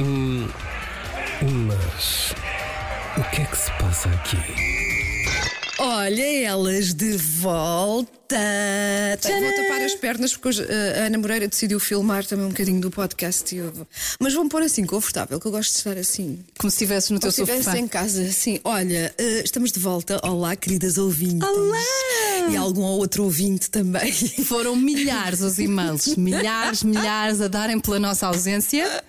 Hum, mas o que é que se passa aqui? Olha elas de volta! Tcharam! Vou tapar as pernas porque hoje eh, a Ana Moreira decidiu filmar também um bocadinho do podcast. e eu- Mas vão pôr assim, confortável, que eu gosto de estar assim. Como se estivesse no Como teu se estivesse sofá. em casa, assim. Olha, eh, estamos de volta. Olá, queridas ouvintes. Olá! E algum ou outro ouvinte também. Foram milhares os e-mails, milhares, milhares a darem pela nossa ausência.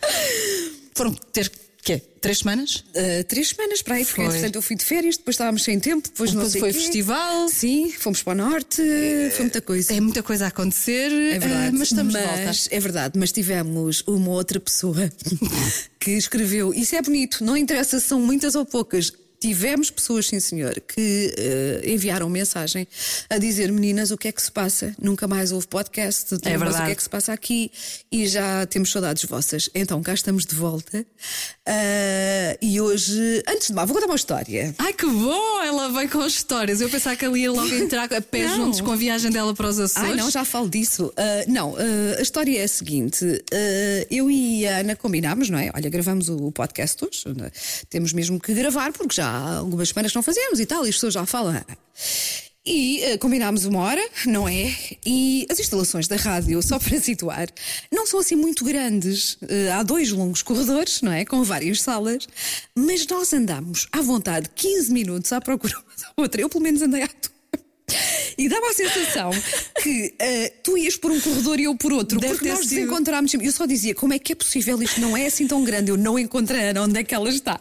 Foram ter quê? Três semanas? Eh, três semanas para aí, porque Foi. entretanto eu fui de férias, depois estávamos sem tempo, depois, não Depois sei foi quê. festival. Sim, fomos para o norte, foi muita coisa. É muita coisa a acontecer, É verdade, eh, mas estamos de volta. mas- É verdade, mas tivemos uma outra pessoa que escreveu. Isso é bonito, não interessa se são muitas ou poucas. Tivemos pessoas, sim senhor, que eh, enviaram mensagem a dizer: meninas, o que é que se passa? Nunca mais houve podcast, então, mas o que é verdade. que se passa aqui? E já temos saudades vossas. Então cá estamos de volta. Ah, e hoje, antes de mais, vou contar uma história. Ai que bom, ela veio com histórias. Eu pensava que ela ia logo entrar a pé Não. juntos com a viagem dela para os Açores. Ai, não, já falo disso. Ah, não, ah, a história é a seguinte: ah, eu e a Ana combinámos, não é? Olha, gravamos o podcast hoje, não é? temos mesmo que gravar, porque já há algumas semanas que não fazemos e tal, e as pessoas já falam. E ah, combinámos uma hora, não é? E as instalações da rádio, só para situar, não são assim muito grandes. Ah, há dois longos corredores, não é? Com várias salas, mas nós andamos à vontade 15 minutos à procura uma da outra. Eu, pelo menos, andei à toa. E dava a sensação que eh, tu ias por um corredor e eu por outro, Deve porque ter nós nos sido. encontramos sempre. Eu só dizia como é que é possível isto não é assim tão grande, eu não encontro a Ana, onde é que ela está?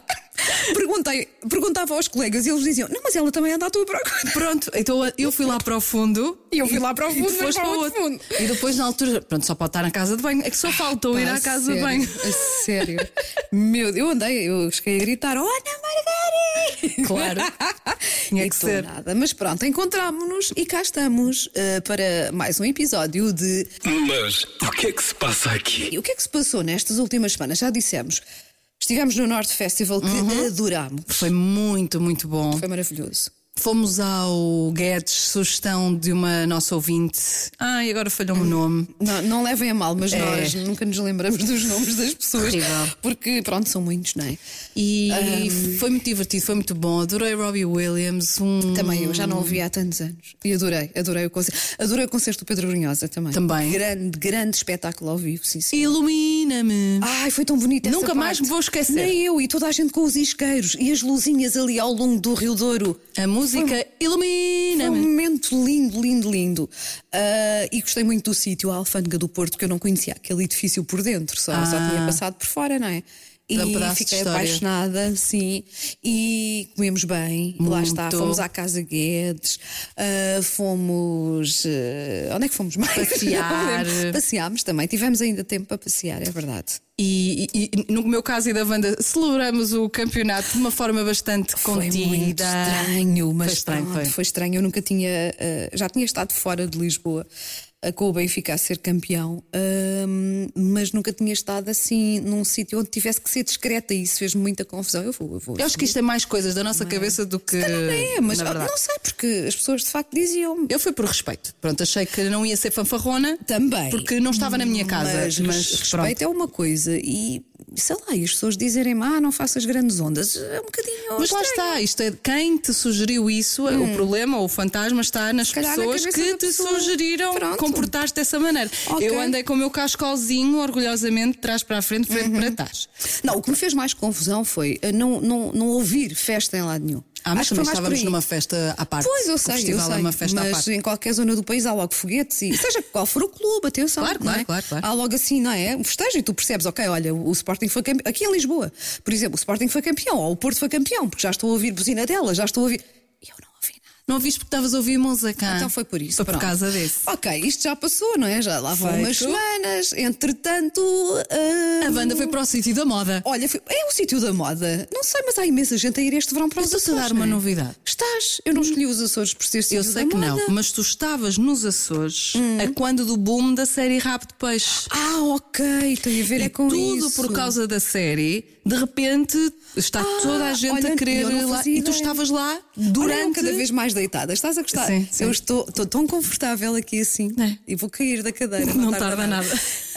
Perguntei, perguntava aos colegas e eles diziam: Não, mas ela também anda à tua procura. Pronto, então eu fui lá para o fundo. E eu fui lá para o e fundo, tu mas foste para o outro fundo. E depois, na altura, pronto, só pode estar na casa de banho. É que só faltou ir Pá, à a casa de sério, banho. A sério. Meu Deus, eu andei, eu cheguei a gritar: Oh, Ana Margarida! Claro. Tinha E que com ser. Nada. Mas pronto, encontrámonos-nos e cá estamos eh, para mais um episódio de Mas o que é que se passa aqui? E o que é que se passou nestas últimas semanas? Já dissemos, estivemos no Norte Festival que Uhum. adorámos. Foi muito, muito bom. Foi maravilhoso. Fomos ao Guedes, sugestão de uma nossa ouvinte. Ai, agora falhou-me o nome. Não, não levem a mal, mas É. nós nunca nos lembramos dos nomes das pessoas. Horrível. Porque, pronto, são muitos, não é? E foi muito divertido, foi muito bom. Adorei Robbie Williams. Um... Também eu já não ouvi há tantos anos. E adorei, adorei o concerto. Adorei o concerto do Pedro Brunhosa também. Também. Grande, grande espetáculo ao vivo, sim, sim. Ilumina-me. Ai, foi tão bonito essa Nunca mais parte. me vou esquecer. Nem eu, e toda a gente com os isqueiros e as luzinhas ali ao longo do Rio Douro. A música Foi um Ilumina-me. momento lindo, lindo, lindo. Ah, e gostei muito do sítio, a Alfândega do Porto, que eu não conhecia aquele edifício por dentro, só, só Ah. tinha passado por fora, não é? E Dá um pedaço de fiquei história. apaixonada, sim. E comemos bem, lá está. Muito. Fomos à Casa Guedes, ah, fomos. ah, onde é que fomos mais? Passear. Não me lembro. Passeámos também, tivemos ainda tempo para passear, é verdade. E, e- e no meu caso e da Wanda, celebramos o campeonato de uma forma bastante Foi muito contida. estranho, mas Foi estranho, pronto, foi. foi. estranho. Eu nunca tinha. eh, já tinha estado fora de Lisboa eh, com o Benfica a ser campeão, ahm, mas nunca tinha estado assim num sítio onde tivesse que ser discreta e isso fez-me muita confusão. Eu vou, eu vou. Eu acho que isto é mais coisas da nossa cabeça do que. é, mas na ah, verdade. não sei, porque as pessoas de facto diziam. Eu fui por respeito. Pronto, achei que não ia ser fanfarrona. Também. Porque não estava na minha casa. Mas, Mas, res- respeito pronto. é uma coisa e sei lá, e as pessoas dizerem ah, não faças grandes ondas, é um bocadinho. Mas estranho. lá Hum. está, isto é quem te sugeriu isso, é o problema ou o fantasma está nas calhar na pessoas cabeça que da te pessoa. sugeriram Pronto. comportar-te dessa maneira. Ok. Eu andei com o meu cascolzinho, orgulhosamente, de trás para a frente, frente Uhum. para trás. Não, o que me fez mais confusão foi eh, não, não, não ouvir festa em lado nenhum. Ah, mas Acho que foi também mais por estávamos aí. numa festa à parte. Pois, eu O sei, eu festival sei. é uma festa à mas parte. em qualquer zona do país há logo foguetes e seja qual for o clube, atenção. Claro, não claro, é? claro, claro. Há logo assim, não é? Um festejo e tu percebes, ok, olha, o o Sporting foi campeão. Aqui em Lisboa, por exemplo, o Sporting foi campeão ou o Porto foi campeão, porque já estou a ouvir buzina dela, já estou a ouvir. Eu não ouvi nada. Não ouviste porque estavas a ouvir Monzacã. Então foi por isso. Ah, Foi por pronto. causa desse. Ok, isto já passou, não é? Já lá vão Feito. umas semanas. Entretanto. ah, A banda foi para o sítio da moda. Olha, foi- é um sítio da moda. Não sei, mas há imensa gente a ir este verão para os Posso te Açores. dar uma não é? novidade? Estás? Eu não escolhi os Açores por ser sítio Hum. Eu sei da que não, moda. Hum. mas tu estavas nos Açores a quando do boom da série Rápido Peixe. Ah, ok, tem a ver é e com tudo isso. Ah, por causa da série, de repente está toda a gente olha, a querer eu não lá. fazia E tu ideia. estavas lá Durante... durante. cada vez mais deitada. Estás a gostar? Sim, sim. Eu estou, estou tão confortável aqui assim É. e vou cair da cadeira. Não tarda nada.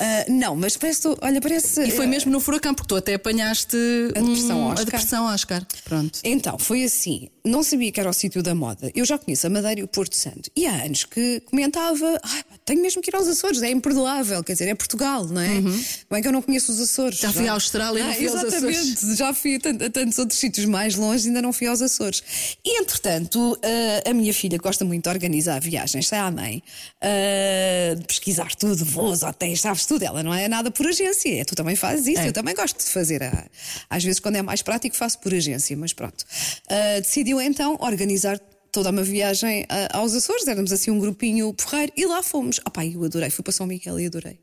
Ah, não, mas parece. Olha, parece Exatamente. E foi mesmo no furacão, porque tu até apanhaste um- A depressão Oscar. a depressão Oscar. Pronto. Então, foi assim. Não sabia que era o sítio da moda. Eu já conheço a Madeira e o Porto Santo. E há anos que comentava: "Ai, pá, tenho mesmo que ir aos Açores, é imperdoável. Quer dizer, é Portugal, não é? Como é que eu não conheço os Açores? Uhum. Já fui à Austrália e não fui aos exatamente. Açores. Já fui a, tant- a tantos outros sítios mais longe, ainda não fui aos Açores. E, entretanto, ah, a minha filha gosta muito de organizar viagens, sai à mãe, ah, de pesquisar tudo, voos, hotéis, sabes tudo. Ela não é nada por agência. Tu também fazes isso, É. eu também gosto de fazer. Ah, Às vezes, quando é mais prático, faço por agência, mas pronto. Ah, decidiu então organizar toda uma viagem ah, aos Açores, éramos assim um grupinho porreiro e lá fomos. Ah, pá, eu adorei, fui para São Miguel e adorei.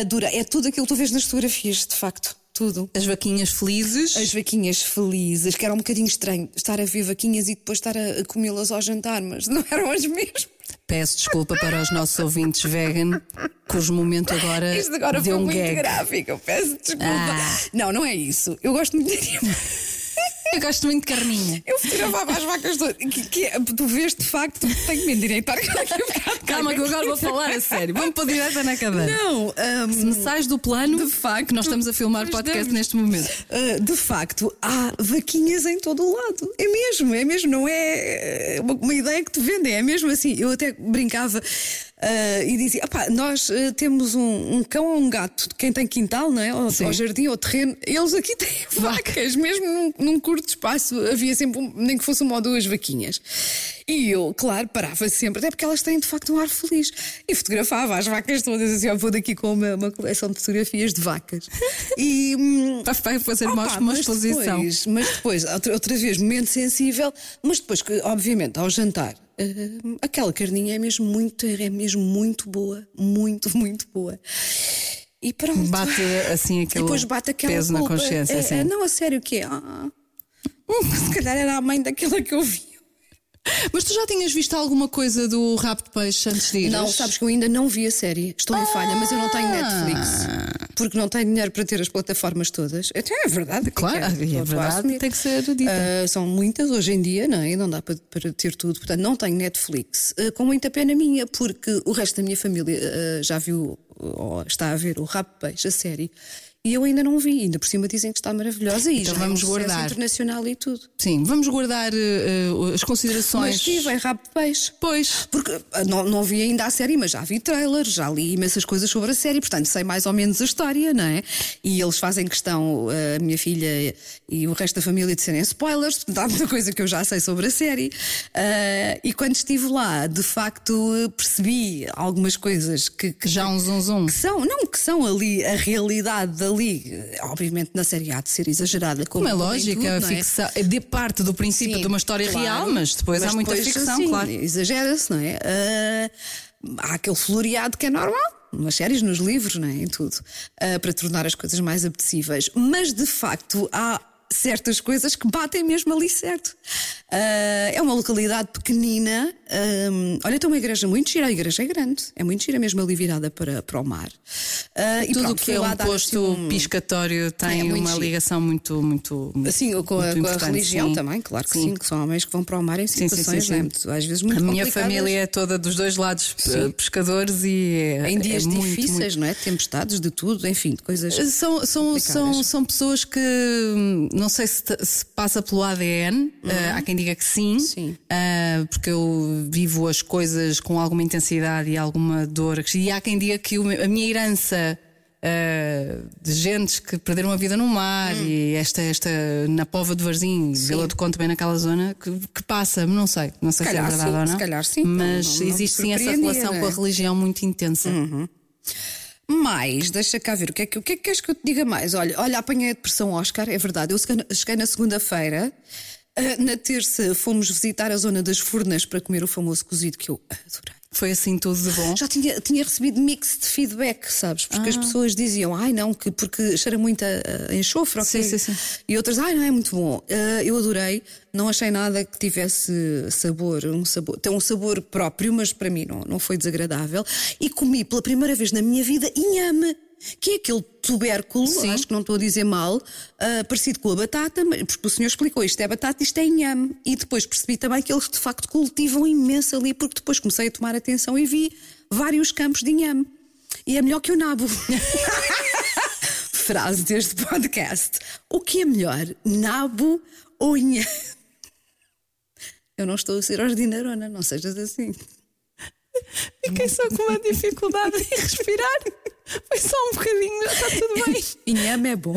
Adorei, é tudo aquilo que tu vês nas fotografias, de facto, tudo. As vaquinhas felizes. As vaquinhas felizes, que era um bocadinho estranho estar a ver vaquinhas e depois estar a, a comê-las ao jantar, mas não eram as mesmas. Peço desculpa para os nossos ouvintes vegan, cujo momento agora, Isto agora deu foi um muito gag. gráfico, eu peço desculpa. Ah. Não, não é isso. Eu gosto muito de animais. Eu gosto muito de carninha. Eu fotografava as vacas todas. Que, que- tu vês de facto, tenho que me endireitar. que daqui a bocado Calma, que eu agora vou falar a sério. Vamos para direita na cadeira. Não, hum, Se me sais do plano, De facto. que nós estamos a filmar Pois podcast estamos. neste momento. Uh, de facto, há vaquinhas em todo o lado. É mesmo, é mesmo, não é eh, uma, uma ideia que te vendem, é mesmo assim. Eu até brincava uh, e dizia: "Opá, nós eh, temos um, um cão ou um gato, quem tem quintal, não é? Ou, Sim. ou jardim ou terreno, eles aqui têm vacas, mesmo num, num curto espaço havia sempre, um- nem que fosse uma ou duas vaquinhas. E eu, claro, parava sempre, até porque elas têm de facto um ar feliz. E fotografava as vacas todas, assim, ó, vou daqui com uma, uma coleção de fotografias de vacas. E. hum, Vai- Vai fazer Opa, uma, uma mas exposição. Depois, mas depois, outra, outra vez, momento sensível, mas depois, que, obviamente, ao jantar, hum, aquela carninha é mesmo muito, é mesmo muito boa, muito, muito boa. E pronto. Bate assim E aquele depois bate aquela peso na culpa. consciência. É, assim. é, não, a sério, o que é? Ah, hum, se calhar era a mãe daquela que eu vi. Mas tu já tinhas visto alguma coisa do rabo de peixe antes de ir? Não, sabes que eu ainda não vi a série. Estou em falha, mas eu não tenho Netflix. Ah. Porque não tenho dinheiro para ter as plataformas todas. Até é verdade. Claro, que é Estou a verdade, assumir. tem que ser dita. Ah, são muitas hoje em dia, não é? E Não dá para, para ter tudo. Portanto, não tenho Netflix. Ah, com muita pena minha, porque o resto da minha família ah, já viu ou está a ver o Rabo de Peixe, a série. E eu ainda não vi. Ainda por cima dizem que está maravilhosa e Então já vamos é um sucesso guardar. internacional e tudo. Sim, vamos guardar eh, eh, as Mas considerações. estive em Rabo de Peixe. Pois. Porque ah, não, não vi ainda a série, mas já vi trailers, já li imensas coisas sobre a série, portanto sei mais ou menos a história, não é? E eles fazem questão, ah, a minha filha e o resto da família, de serem spoilers, portanto há muita coisa que eu já sei sobre a série. Ah, e quando estive lá, de facto percebi algumas coisas que, que Já um zum zum. que são, não que são ali a realidade dali. Obviamente na série há de ser exagerada, como, Como é como em tudo, lógica, não a é? ficção. De parte do princípio Sim, de uma história claro. real, mas depois há muita depois, ficção, sim, claro. Exagera-se, não é? Ah, há aquele floreado que é normal. Nas séries, nos livros, não é? em tudo, ah, para tornar as coisas mais apetecíveis. Mas de facto há certas coisas que batem mesmo ali certo. Ah, é uma localidade pequenina. ah, olha, tem uma igreja muito gira, a igreja é grande, é muito gira mesmo ali virada para, para o mar. Ah, e Tudo o pronto, que fui é lá um dar, assim, posto piscatório tem É, muito uma giro. ligação muito, muito. Assim, com, a- com muito a importante, religião sim. também, claro que Sim. sim. que são homens que vão para o mar em sim, sim, situações, sim. né, muito- às vezes muito A minha complicadas. família é toda dos dois lados eh, pescadores e é, Em dias é muito, difíceis, muito- não é? Tempestades, de tudo, enfim, de coisas. São, são, são, Complicadas. são pessoas que hum, não sei se, t- se passa pelo ADN, eh, há quem diga que sim, Uhum. Sim. eh, porque eu vivo as coisas com alguma intensidade e alguma dor. E há quem diga que o me- a minha herança eh, de gentes que perderam a vida no mar Hum. e esta, esta na Pova de Varzim, Vila do Conto, bem naquela zona, que, que passa, não sei, não sei Se se é calhar verdade sim, ou não. se calhar sim, não- Mas não- não me Hum. existe sim essa surpreendia, relação não é? com a religião muito intensa. Mais, deixa cá ver, o que, é que, o que é que queres que eu te diga mais? Olha, olha apanhei a depressão Oscar, é verdade. Eu cheguei na- cheguei na segunda-feira, ah, na terça fomos visitar a zona das Furnas para comer o famoso cozido que eu adorei. Foi assim tudo de bom. Já tinha, tinha recebido mix de feedback, sabes? Porque Ah. as pessoas diziam, ai não, que porque cheira muito a, a enxofre, ok? Sim, sim, sim. E outras, ai não, é muito bom. Eh, eu adorei, não achei nada que tivesse sabor, um sabor, tem um sabor próprio, mas para mim não, não foi desagradável. E comi pela primeira vez na minha vida inhame. Que é aquele tubérculo, Sim. acho que não estou a dizer mal, ah, parecido com a batata, mas- porque o senhor explicou isto é batata, isto é inhame. E depois percebi também que eles de facto cultivam imenso ali, porque depois comecei a tomar atenção e vi vários campos de inhame. E é melhor que o nabo. frase deste podcast. O que é melhor, nabo ou inha? Eu não estou a ser ordinarona, não sejas assim. Fiquei só com uma dificuldade em respirar. Foi só um bocadinho, já está tudo bem. Inhame é bom.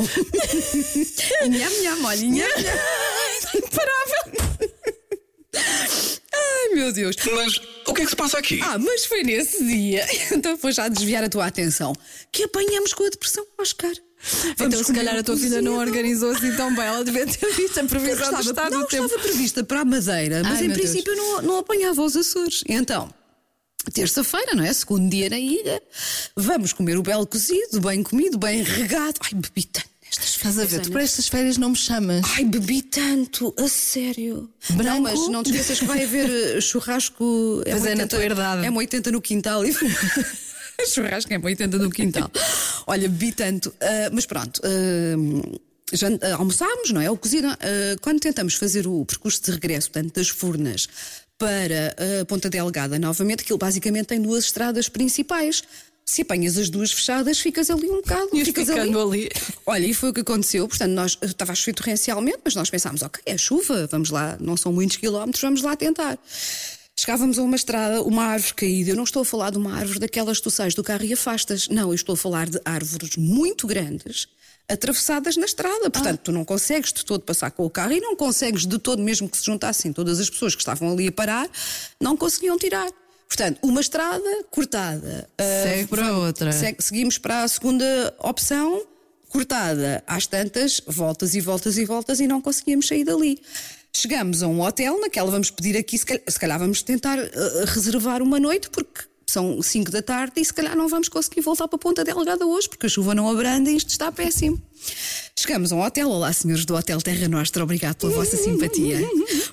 Inhame, inhame, olha, inhame. Imparável. Ai, meu Deus. Mas o que é que se passa aqui? Ah, mas foi nesse dia. Então vou já desviar a tua atenção. Que apanhamos com a depressão, Oscar. então, se calhar a tua filha não organizou assim tão bem. Ela devia ter visto a previsão do Estava, estado não do tempo. estava prevista para a Madeira, mas Ai, em meu Deus. princípio não, não apanhava os Açores. Então, terça-feira, não é? Segundo dia na ilha, vamos comer o belo cozido, bem comido, bem regado. Ai, bebi tanto nestas Estás a férias. ver, tu Ana. para estas férias não me chamas. Ai, bebi tanto, a sério. Não, Branco? mas não te esqueças que vai haver eh, churrasco. Pois uma é, na tua herdade. É uma 80 no quintal. E... churrasco é uma 80 no quintal. Olha, bebi tanto. ah, mas pronto. ah, já ah, almoçámos, não é? O cozido, ah, quando tentamos fazer o percurso de regresso, portanto, das Furnas para ah, Ponta Delgada novamente, aquilo basicamente tem duas estradas principais. Se apanhas as duas fechadas, ficas ali um bocado. E eu ficas ali ficando ali. Olha, e foi o que aconteceu. Portanto, nós estava a chover torrencialmente, mas nós pensámos, ok, é chuva, vamos lá, não são muitos quilómetros, vamos lá tentar. Chegávamos a uma estrada, uma árvore caída. Eu não estou a falar de uma árvore daquelas que tu sais do carro e afastas. Não, eu estou a falar de árvores muito grandes atravessadas na estrada. Ah. Portanto, tu não consegues de todo passar com o carro e não consegues de todo, mesmo que se juntassem todas as pessoas que estavam ali a parar, não conseguiam tirar. Portanto, uma estrada cortada. ah, Segue para outra. Segue- seguimos para a segunda opção, cortada às tantas, voltas e voltas e voltas e não conseguíamos sair dali. Chegamos a um hotel, naquela vamos pedir aqui, se calhar, se calhar vamos tentar eh, reservar uma noite, porque são 5 da tarde e se calhar não vamos conseguir voltar para a Ponta Delgada hoje, porque a chuva não abranda e isto está péssimo. Chegamos a um hotel, olá senhores do Hotel Terra Nostra, obrigado pela vossa simpatia,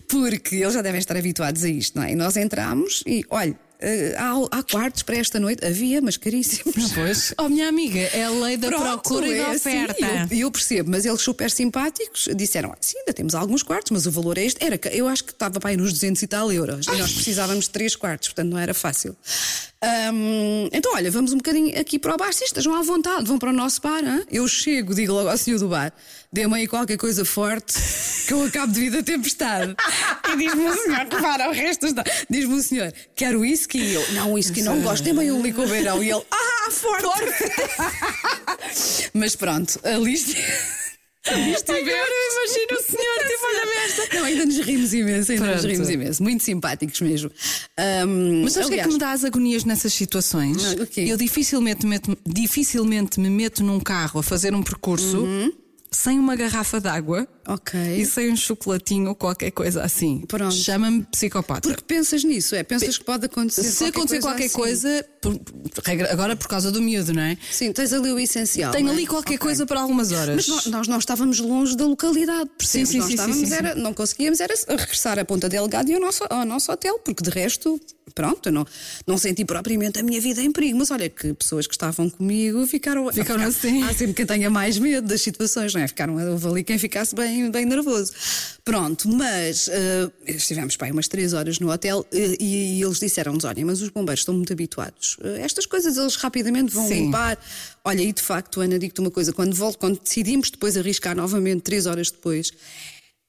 porque eles já devem estar habituados a isto, não é? E nós entramos e, olha, eh, há, há quartos para esta noite, havia, mas caríssimos. Pois. Oh, minha amiga, é a lei da Pronto, procura e da é assim, oferta. eu, eu percebo, mas eles super simpáticos disseram: ah, sim, ainda temos alguns quartos, mas o valor é este. Era, ca- eu acho que estava para aí nos 200 e tal euros e nós precisávamos de três quartos, portanto não era fácil. Ahm, então, olha, vamos um bocadinho aqui para o bar, sim, estejam à vontade, vão para o nosso bar. hã? Eu chego, digo logo ao senhor do bar: dê-me aí qualquer coisa forte que eu acabo de vir da tempestade. e diz-me o senhor: para, o resto está. Diz-me o senhor: quero whisky. E eu: não, whisky não gosto, dê-me aí um licobeirão. E ele: ah, forte. Mas pronto, ali est- ali estivemos. imagino o senhor, tipo, olha esta. Não, ainda nos rimos imenso, ainda nos Pronto. rimos imenso. Muito simpáticos mesmo. Ahm, Mas sabes o que é que aliás, me dá as agonias nessas situações? Não, o quê? Eu dificilmente, meto- dificilmente me meto num carro a fazer um percurso sem uma garrafa de água Ok. e sem um chocolatinho ou qualquer coisa assim. Pronto. Chama-me psicopata. Porque pensas nisso, é? Pensas que pode acontecer se acontecer qualquer assim. coisa, por- por regra- agora por causa do miúdo, não é? Sim, tens ali o essencial. Tenho não é? ali qualquer Ok. coisa para algumas horas. Mas nós, nós não estávamos longe da localidade, percebes? sim, nós sim, estávamos, sim, sim, era- não conseguíamos era regressar à Ponta Delgada e ao nosso, ao nosso hotel, porque de resto, pronto, eu não, não senti propriamente a minha vida em perigo. Mas olha que pessoas que estavam comigo ficaram, Ficaram assim. Há sempre quem tenha mais medo das situações, não é? Ficaram, houve ali quem ficasse bem, bem nervoso. Pronto, mas eh, estivemos para aí umas três horas no hotel eh, e, e eles disseram-nos: olha, mas os bombeiros estão muito habituados. Eh, estas coisas eles rapidamente vão Sim. limpar limpar. Olha, e de facto, Ana, digo-te uma coisa: quando, volto, quando decidimos depois arriscar novamente, três horas depois,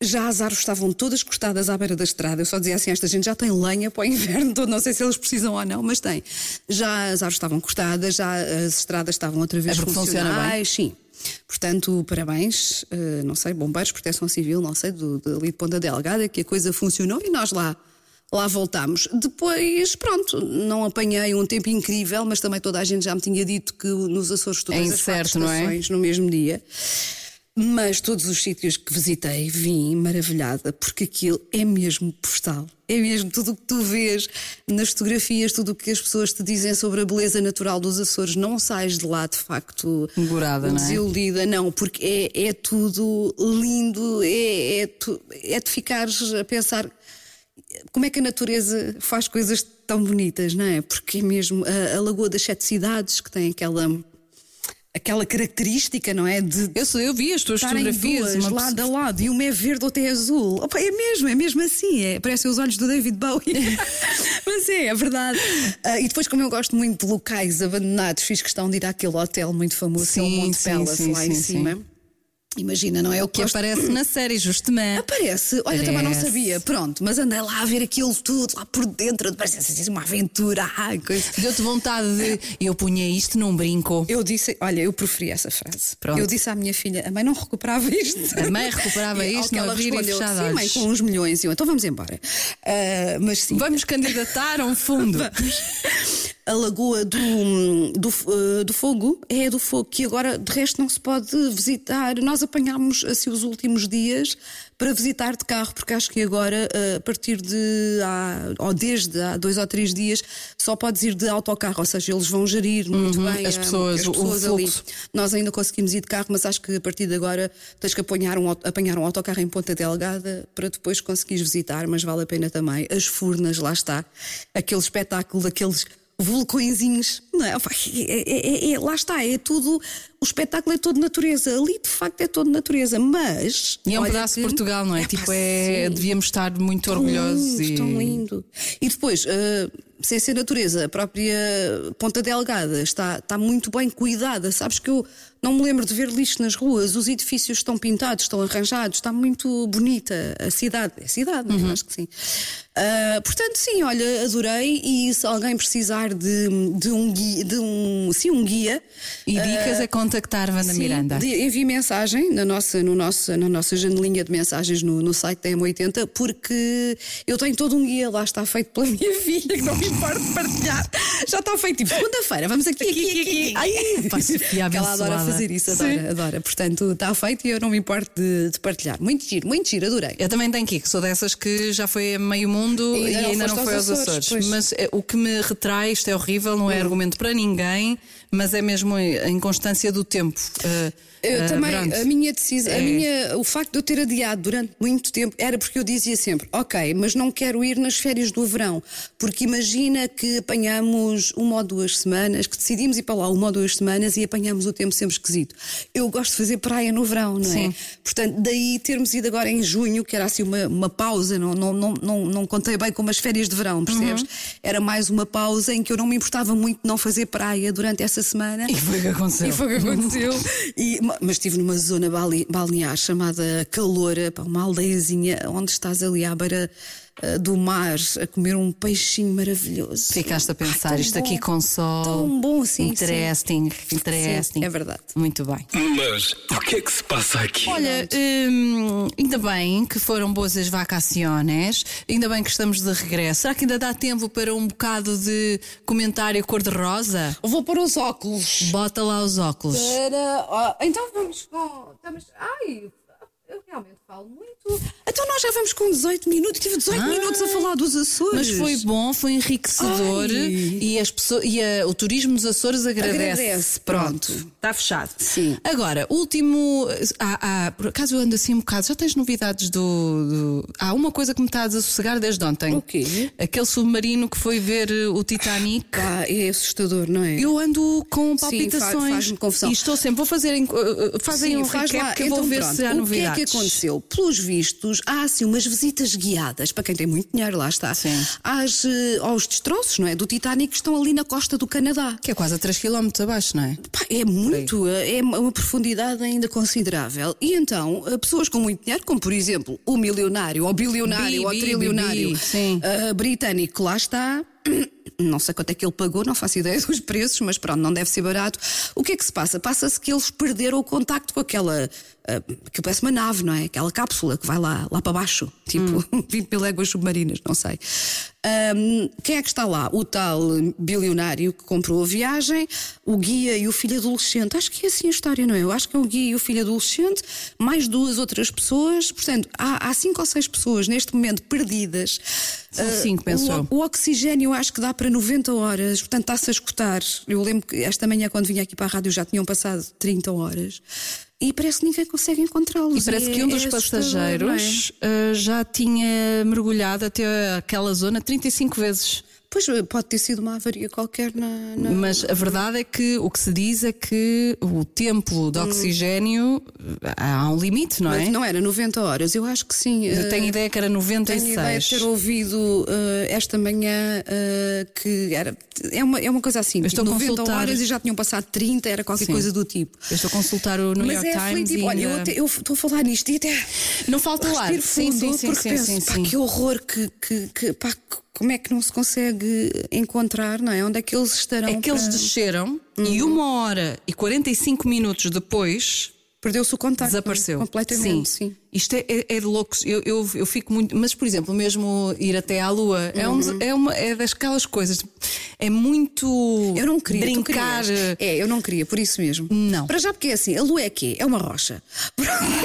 já as árvores estavam todas cortadas à beira da estrada. Eu só dizia assim: esta gente já tem lenha para o inverno todo, não sei se eles precisam ou não, mas tem. Já as árvores estavam cortadas, já as estradas estavam outra vez É porque funciona bem. funcionais, sim. Portanto, parabéns, eh, não sei, bombeiros, proteção civil, não sei, do, do, ali de Ponta Delgada, que a coisa funcionou e nós lá, lá voltámos. Depois, pronto, não apanhei um tempo incrível, mas também toda a gente já me tinha dito que nos Açores tu É tens as quatro incerto, não é? estações no mesmo dia. Mas todos os sítios que visitei vim maravilhada, porque aquilo é mesmo postal. É mesmo tudo o que tu vês nas fotografias, tudo o que as pessoas te dizem sobre a beleza natural dos Açores. Não sais de lá, de facto, Gorada, não é? desiludida, não, porque é, é tudo lindo, é, é, tu- é de ficares a pensar como é que a natureza faz coisas tão bonitas, não é? Porque é mesmo a, a Lagoa das Sete Cidades, que tem aquela. aquela característica, não é? De Eu, sou- eu vi as tuas estarem fotografias. duas uma lado a lado e uma é verde, outra é azul. Opa, é mesmo, é mesmo assim. É, parecem os olhos do David Bowie. Mas é, é verdade. Ah, e depois, como eu gosto muito de locais abandonados, fiz questão de ir àquele hotel muito famoso, que é o Sim, Monte sim, Palace, sim, lá sim, em sim. cima. Imagina, não é o que aparece na série Justement. Aparece, olha, também não Parece. sabia. Pronto, mas andei lá a ver aquilo tudo, lá por dentro, parece assim, uma aventura. Ai, coisa. Deu-te vontade de. Eu punha isto num brinco. Eu disse, olha, eu preferi essa frase. Pronto. Eu disse à minha filha, a mãe não recuperava isto. A mãe recuperava E ao isto, que não ela abrir e respondeu, fechar Sim, mãe, dados." com uns milhões. E eu, então vamos embora. Ah, mas sim, Vamos candidatar a um fundo. a lagoa do, do, eh, do fogo é a do fogo, que agora de resto não se pode visitar. Nós apanhámos assim os últimos dias para visitar de carro, porque acho que agora, eh, a partir de há, ou desde há dois ou três dias, só podes ir de autocarro, ou seja, eles vão gerir muito bem Uhum, as eh, pessoas, as o- o pessoas ali. fluxo. Nós ainda conseguimos ir de carro, mas acho que a partir de agora tens que apanhar um, auto- apanhar um autocarro em Ponta Delgada para depois conseguires visitar, mas vale a pena também. As furnas, lá está. Aquele espetáculo daqueles vulcõezinhos, não é? Opa, é- é- é- é- lá está, é tudo. O espetáculo é todo natureza. Ali, de facto, é todo natureza, mas. E é um olha pedaço de que- Portugal, não é? Epá, tipo, é, sim. Hum, devíamos estar muito Tão orgulhosos lindo, e. Tão lindo. E depois, eh, sem ser natureza, a própria Ponta Delgada está, está muito bem cuidada. Sabes que eu não me lembro de ver lixo nas ruas, os edifícios estão pintados, estão arranjados, está muito bonita a cidade. É cidade, Uhum. não é? acho que sim. Ah, portanto, sim, olha, adorei. E se alguém precisar de, de um guia, de um, sim, um guia, E dicas a contactar Wanda Ah, Sim, Miranda. de- envie mensagem na nossa, no nosso, na nossa janelinha de mensagens no, no site da M80, porque eu tenho todo um guia lá, está feito pela minha filha, que não me importa de partilhar. Já está feito, tipo, segunda-feira, vamos aqui, aqui, aqui. Ai, Pá, Sofia que ela adora abençoada. fazer isso, Sim. adora, adora. Portanto, está feito e eu não me importo de, de partilhar. Muito giro, muito giro, adorei. Eu também tenho que ir, que sou dessas que já foi a meio mundo e, E ainda não ainda não foste foi aos aos Açores. Açores, pois. Hum. Mas eh, o que me retrai, isto é horrível, não é argumento para ninguém, mas é mesmo a inconstância do tempo. Eh, Eu eh, também, pronto. a minha decisão, É. a minha, o facto de eu ter adiado durante muito tempo era porque eu dizia sempre, ok, mas não quero ir nas férias do verão, porque imagina que apanhamos uma ou duas semanas, que decidimos ir para lá uma ou duas semanas e apanhamos o tempo sempre esquisito. Eu gosto de fazer praia no verão, não é? Sim. Portanto, daí termos ido agora em junho, que era assim uma, uma pausa, não, não, não, não, não contei bem como as férias de verão, percebes? Uhum. Era mais uma pausa em que eu não me importava muito de não fazer praia durante essa semana. E foi o que aconteceu. E foi o que aconteceu. E, ma- mas estive numa zona bali- balnear chamada Caloura, pá, uma aldeiazinha onde estás ali à beira ah, do mar a comer um peixinho maravilhoso. Ficaste a pensar, Ai, tão isto aqui bom. com sol. Tão bom, sim, Interesting, Sim, interesting. é verdade. Muito bem. Mas o que é que se passa aqui? Olha, hum, ainda bem que foram boas as vacaciones, ainda bem que estamos de regresso. Será que ainda dá tempo para um bocado de comentário cor-de-rosa? Vou pôr os óculos. Bota lá os óculos. Para. ó, então vamos com. Estamos. Ai, eu realmente falo muito. Então nós já vamos com 18 minutos. Tive 18 minutos a falar dos Açores. Ah. Mas foi bom, foi enriquecedor Ai. e, as pessoas, e a- o turismo dos Açores agradece. Agradece, pronto. Tá Está fechado. Sim. Agora, último. Ah, ah, por acaso eu ando assim um bocado. Já tens novidades do. do- há uma coisa que me está a desassossegar desde ontem. O quê? Aquele submarino que foi ver eh, o Titanic. Pá, é assustador, não é? Eu ando com fa- palpitações. faz-me confusão. E estou sempre. Vou fazer. em- eh, eh, Fazem Sim, um faz recap lá. que eu vou Então, ver pronto, se há novidades. O que é que aconteceu? Pelos vistos, há assim umas visitas guiadas, para quem tem muito dinheiro, lá está, Sim. às, eh, aos destroços não é, do Titanic que estão ali na costa do Canadá. Que é quase a 3 km abaixo, não é? Pá, é muito, é uma uma profundidade ainda considerável. E então, eh, pessoas com muito dinheiro, como por exemplo o milionário, ou bilionário, Bi, ou bi, trilionário bi, bi, sim. eh, britânico, lá está. Não sei quanto é que ele pagou, não faço ideia dos preços, mas pronto, não deve ser barato. O que é que se passa? Passa-se que eles perderam o contacto com aquela. eh, que parece uma nave, não é? Aquela cápsula que vai lá, lá para baixo, tipo Hum. 20 mil léguas submarinas, não sei. Ahm, quem é que está lá? O tal bilionário que comprou a viagem, o guia e o filho adolescente. Acho que é assim a história, não é? Eu acho que é o guia e o filho adolescente, mais duas outras pessoas. Portanto, há, há cinco ou seis pessoas neste momento perdidas. São Ah, cinco, penso eu. o, o oxigênio acho que dá para 90 horas, portanto está-se a escutar. Eu lembro que esta manhã, quando vinha aqui para a rádio, já tinham passado 30 horas e parece que ninguém consegue encontrá-los. E parece É- que um dos é assustador, não é? passageiros eh, já tinha mergulhado até aquela zona 35 vezes. Pois pode ter sido uma avaria qualquer na. na- Mas a verdade é que o que se diz é que o tempo Hum. de oxigênio há um limite, não é? Mas não era 90 horas, eu acho que sim. eh, Eu tenho ideia que era Tenho ideia de 96. ter um- ouvido eh, esta manhã eh, que era. É uma, é uma coisa assim, tipo, estou a 90 consultar. horas e já tinham passado 30, era qualquer Sim. coisa do tipo. Eu estou a consultar o New Mas York é Times. aflitivo. e Olha, eu ainda- até- eu estou a falar nisto e até. Não falta o ar. Respiro Sim, fundo sim, sim, porque sim, penso, sim, pá, sim. que horror, que, que, que- pá, que- como é que não se consegue encontrar, não é? Onde é que eles estarão? É que eles para- desceram e Uhum. uma hora e 45 minutos depois Perdeu-se o contacto. é? desapareceu. Completamente, sim. Isto é, é, é de loucos. Eu, eu, eu fico muito. Mas, por exemplo, mesmo ir até à Lua é, Uhum. um, é, uma, é das aquelas coisas. É muito. Eu não queria. tu Brincar. eh, querias. É, eu não queria, por isso mesmo. Não. Para já, porque é assim, a lua é quê? É uma rocha.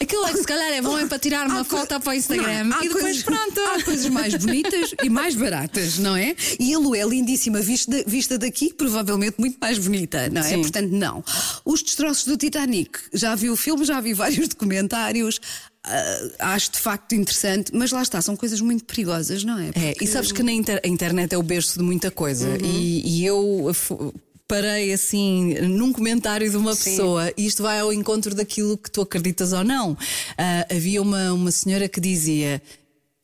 Aquilo é que se calhar é bom é para tirar uma Há co- foto para o Não, Instagram. há e depois coisas- pronto. Há coisas mais bonitas e mais baratas, não é? E a lua é lindíssima vista, vista daqui, provavelmente muito mais bonita, não é? Sim. Portanto, não. Os destroços do Titanic. Já vi o filme, já vi vários documentários. ah, acho de facto interessante, mas lá está, são coisas muito perigosas, não é? É, e sabes que na inter- a internet é o berço de muita coisa. Uhum. E, e eu f- parei assim num comentário de uma pessoa, e isto vai ao encontro daquilo que tu acreditas ou não. Ah, havia uma, uma senhora que dizia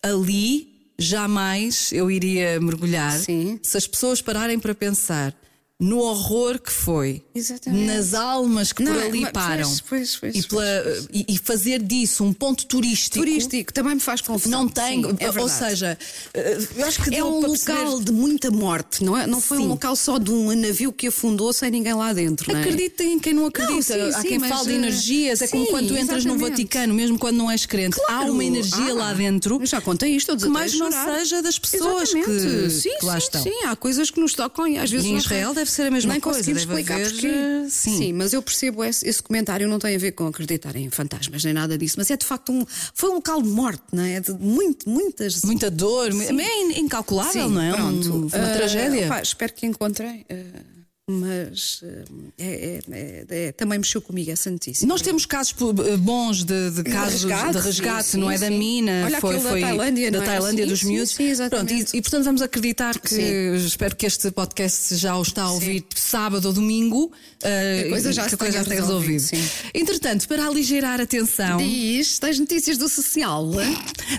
ali jamais eu iria mergulhar Sim. se as pessoas pararem para pensar. No horror que foi, Exatamente. nas almas que Não, é? por ali mas- param, pois, pois, pois, e, pela- e- e fazer disso um ponto Turístico também me faz confusão. não tem, Sim, é ou verdade. seja, eh, eu acho que É deu um para local perceber- de muita morte, não é? Não foi um Sim. local só de um navio que afundou sem ninguém lá dentro, não é? Acreditem em quem não Não, acredita. sim, Há sim, quem mas, fale de eh, energias, é como sim, quando entras no exatamente. Vaticano, mesmo quando não és crente. Claro. Há uma energia Ah, lá dentro eu Já contei isto, eu que mais não desatei a chorar. seja das pessoas que, Exatamente. sim, que lá sim, estão. Sim, há coisas que nos tocam e às vezes. E em não- Israel deve ser a mesma nem coisa, conseguimos deve explicar haver, porquê. eh, sim. mas eu percebo esse, esse comentário, não tem a ver com acreditar em fantasmas nem nada disso, mas é de facto um. Foi um local de morte, não é? De muito, muitas. Muita dor, é in- incalculável, Sim, não é? Um- Pronto. uma Ah, tragédia. pá, espero que encontrem, ah, mas ah, é- é- é- é- também mexeu comigo essa notícia. Nós temos casos po- bons de, de casos resgate, de resgate, sim, não sim, é? Da sim. mina, Olha foi, aquele da foi Tailândia, da não é? Tailândia Sim, dos sim, miúdos. sim, exatamente. Pronto, e, e, portanto vamos acreditar que Sim. espero que este podcast já o está a ouvir sábado ou domingo. eh, Que a coisa já que se a coisa tenha já se tenha resolvido. resolvido, Entretanto, para aligerar a tensão, Diz, tens notícias do social?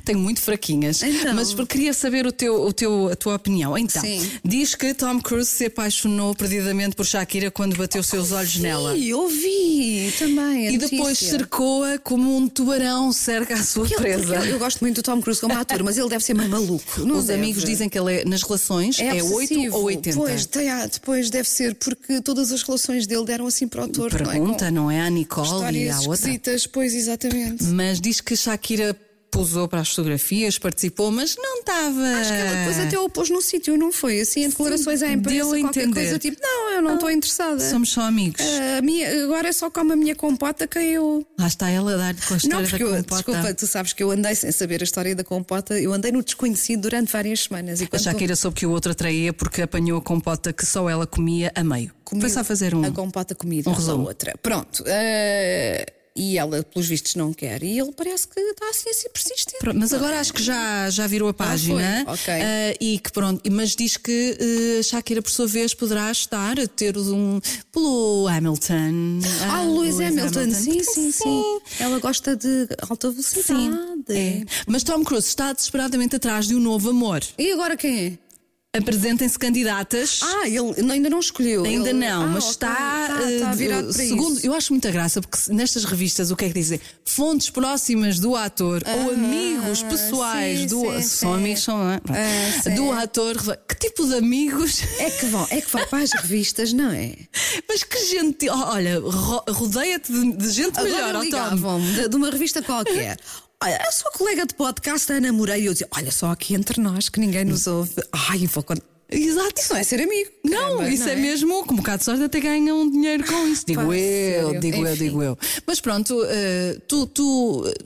tenho muito fraquinhas, Então. mas queria saber o teu, o teu, a tua opinião. Então, Sim. diz que Tom Cruise se apaixonou perdidamente por Shakira quando bateu seus olhos nela. Sim, ouvi também. É a E depois notícia. cercou-a como um tubarão cerca a sua Ele- presa. Eu, eu gosto muito do Tom Cruise como ator, mas ele deve ser meio maluco. Não Os deve. amigos dizem que ele é, nas relações é, 8 obsessivo. ou 80. Pois, tem- ah, depois deve ser, porque todas as relações dele deram assim para o autor. Pergunta, não é? não é? À Com Nicole e à histórias outra. esquisitas, pois, exatamente. Mas diz que Shakira posou para as fotografias, participou, mas não estava. Acho que ela depois até o pôs no sítio, não foi? Assim, em declarações à imprensa, deu a qualquer entender. Ah, coisa tipo, não, eu não estou interessada. Somos só amigos. Ah, a minha- agora é só como a minha compota que eu. Lá está ela a dar-lhe com a história Não, porque da eu, compota. desculpa, tu sabes que eu andei sem saber a história da compota, eu andei no desconhecido durante várias semanas. E A quando Shakira soube que o outro atraía porque apanhou a compota que só ela comia a meio. comi- Foi só fazer um. A compota comida um pela resumo. outra. Pronto. eh, e ela, pelos vistos, não quer. E ele parece que está assim, assim persistente. Pronto, mas agora acho que já, já virou a página. Ah, foi, ok. ah, e que pronto, mas diz que eh, Shakira, por sua vez, poderá estar a ter um. pelo Hamilton. Ah, o Lewis Hamilton. Sim, assim, sim, sim, Sim. Ela gosta de alta velocidade. É. Mas Tom Cruise está desesperadamente atrás de um novo amor. E agora quem é? Apresentem-se candidatas. Ah, ele não- ainda não escolheu. Ainda Ele- não, Ah, mas ok. está, Está, está eh, virado para segundo, isso. eu acho muita graça porque se- nestas revistas o que é que dizem? Fontes próximas do ator ou amigos pessoais Ah, sim, do sim, são sim. amigos são não é? Pronto. Ah, sim. do ator. Que tipo de amigos? É que vão, é que vão para as revistas, não é? Mas que gente, oh, olha, ro- rodeia-te de, de gente melhor, Agora ó Tom. ligavam-me de, de uma revista qualquer. Olha, a sua colega de podcast, Ana Moreira, e eu dizia: Olha só aqui entre nós, que ninguém nos ouve. Ai, vou contar. Exato, Isso não é ser amigo. Não, Caramba, isso é, mesmo, com um bocado de sorte, até ganham dinheiro com isso. Digo Pá, eu, sério. digo eu, Enfim. digo eu. Mas pronto, eh, tu, tu, eh,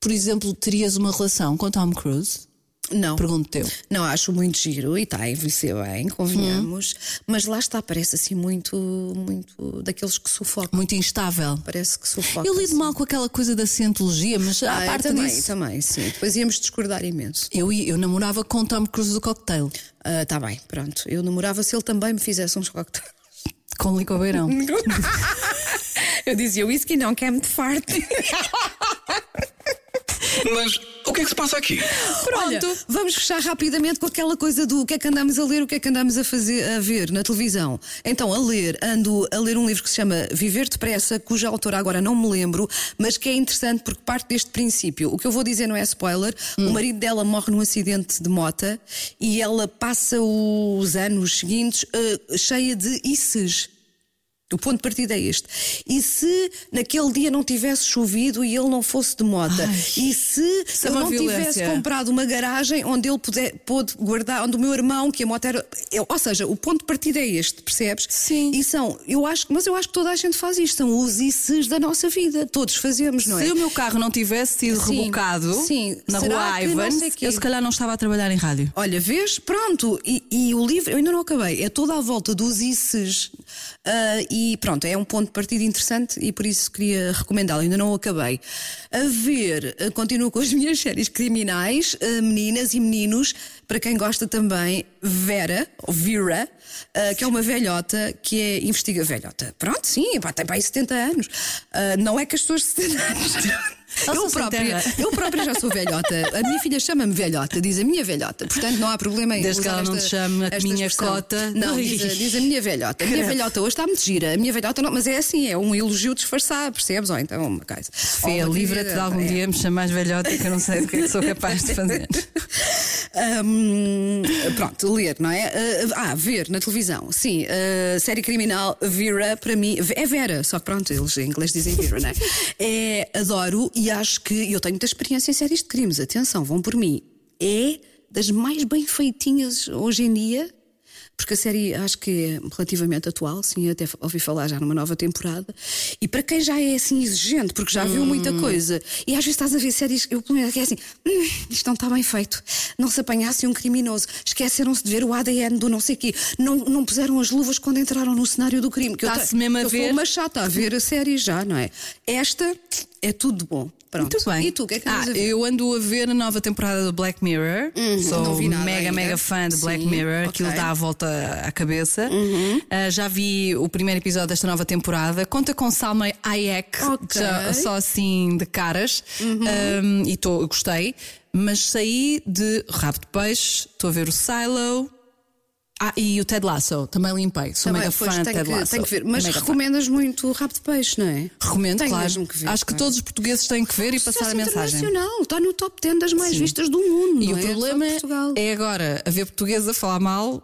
por exemplo, terias uma relação com Tom Cruise? Não. Pergunto eu. Não, acho muito giro e está a envelhecer bem, convenhamos. Hum. Mas lá está, parece assim muito, muito daqueles que sufocam. Muito instável. Parece que sufocam. Eu lido mal com aquela coisa da cientologia, mas Ah, à eu parte também, disso. também, sim. Depois íamos discordar imenso. Eu, eu namorava com o Tom Cruise do cocktail, Está Ah, tá bem, pronto. Eu namorava se ele também me fizesse uns coquetéis. com Licobeirão. eu dizia whisky não, que é muito forte. Mas o que é que se passa aqui? Pronto, vamos fechar rapidamente com aquela coisa do o que é que andamos a ler, o que é que andamos a fazer a ver na televisão. Então, a ler, ando a ler um livro que se chama Viver Depressa, cuja autora agora não me lembro, mas que é interessante porque parte deste princípio. O que eu vou dizer não é spoiler. Hum. O marido dela morre num acidente de mota e ela passa os anos seguintes eh, cheia de isses. O ponto de partida é este. E se naquele dia não tivesse chovido e ele não fosse de moda? E se é eu uma não tivesse violência. comprado uma garagem onde ele puder, pôde guardar, onde o meu irmão, que a moto era. eu- ou seja, o ponto de partida é este, percebes? Sim. E são, eu acho, mas eu acho que toda a gente faz isto, são os ICs da nossa vida. Todos fazemos, não é? Se o meu carro não tivesse sido Sim, rebocado sim. na Será rua que não Ivan, sei quê? eu se calhar não estava a trabalhar em rádio. Olha, vês? Pronto, e, e o livro, eu ainda não acabei, é toda à volta dos ICES ah, e pronto, é um ponto de partida interessante e por isso queria recomendá-lo, ainda não o acabei. A ver, ah, continuo com as minhas séries criminais, ah, meninas e meninos, para quem gosta também, Vera, ou Vera, ah, que é uma velhota que é investiga velhota. Pronto, sim, pá, tem para aí 70 anos. Ah, não é que as pessoas de 70 anos. Elas Eu são sem própria, terra. eu própria já sou velhota. A minha filha chama-me velhota, diz a minha velhota. Portanto, não há problema em Desde que usar ela não esta- te chame a esta minha expressão. cota. Não, diz a, diz a minha velhota. A minha velhota hoje está muito gira. A minha velhota não, mas é assim, é um elogio disfarçado, percebes? Ou então uma coisa. Fia, Ou uma livra-te de querida, algum é. dia me chamar velhota que eu não sei do que é que sou capaz de fazer. Hum, pronto, ler, não é? Ah, ah, ver na televisão, sim. ah, série criminal Vera, para mim, é Vera, só que pronto, eles em inglês dizem Vera, não é? é? Adoro e acho que eu tenho muita experiência em séries de crimes, atenção, vão por mim. É das mais bem feitinhas hoje em dia. Porque a série acho que é relativamente atual, sim, até ouvi falar já numa nova temporada. E para quem já é assim exigente, porque já viu muita Hum. coisa, e às vezes estás a ver séries, eu pelo menos que é assim, "Hum, isto não está bem feito. Não se apanhasse um criminoso, esqueceram-se de ver o ADN do não sei quê, não, não puseram as luvas quando entraram no cenário do crime. Que eu Está-se te- mesmo a eu ver? sou uma chata a ver a série já, não é? Esta é tudo de bom. Pronto. Muito bem. E tu, o que é que ah, andas a ver? Uhum. Eu ando a ver a nova temporada do Black Mirror. não Sou vi nada mega, ainda. mega fã de Black Sim, Mirror. Aquilo ok. Uhum. dá a volta à cabeça. Ah, já vi o primeiro episódio desta nova temporada. Conta com Salma Hayek, Ok. Uhum. já- só assim de caras. Ah, e tô, eu gostei. Mas saí de Rabo de Peixe, estou a ver o Silo. Ah, e o Ted Lasso, também limpei. Sou Também, mega pois, fã de tenho Ted que- Lasso. tenho que ver. Mas Mega fã. recomendas muito o Rabo de Peixe, não é? Recomendo, Tenho claro. mesmo que ver, Acho que claro. todos os portugueses têm que ver e passar a Sucesso mensagem. internacional, está no top 10 das mais vistas do mundo. E não o é? Só de problema Portugal. é agora haver portugueses a falar mal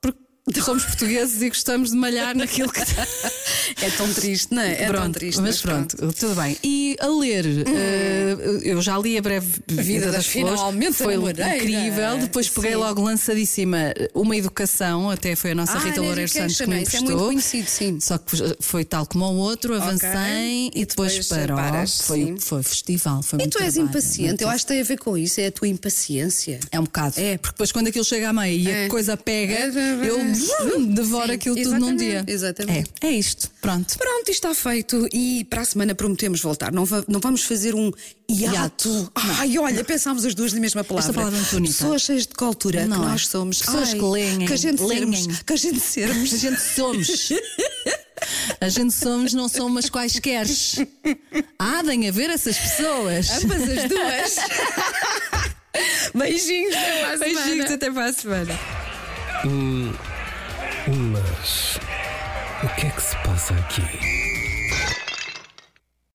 porque somos portugueses e gostamos de malhar naquilo que. tá- É tão triste, não é? É tão pronto, triste. Hum. mas pronto, tudo bem. E a ler, eh, eu já li a breve Vida das das, Flores, Finalmente foi a Moreira. incrível. Depois peguei Sim. logo lançadíssima uma educação, até foi a nossa Ah, Rita An Loureiro Santos que me Education, isso é muito emprestou. conhecido, sim. Só que foi tal como o outro, avancei Ok. e depois, depois parou. paras, foi, sim. foi festival, foi E muito tu és trabalho, impaciente, muito eu acho que tem a ver com isso, é a tua impaciência. É um bocado. É, porque depois quando aquilo chega à meia e É. a coisa pega, É, é, é. eu vrum, devoro Sim, aquilo tudo num dia. exatamente, exatamente. É, é isto. Pronto. Pronto, isto está feito e para a semana prometemos voltar. Não, va- não vamos fazer um hiato. Hiato. Ai, olha, pensámos as duas na mesma palavra. palavra é muito bonita. Pessoas cheias de cultura, Não que é? nós somos. Pessoas Ai, que leem, Que a gente leem. sermos. Que a gente sermos. A gente somos. A gente somos, não são umas quaisquer. Ah, vem a ver essas pessoas. Ambas as duas. Beijinhos, até para a semana. Beijinhos, até para a semana. Mas o que é que se passa aqui?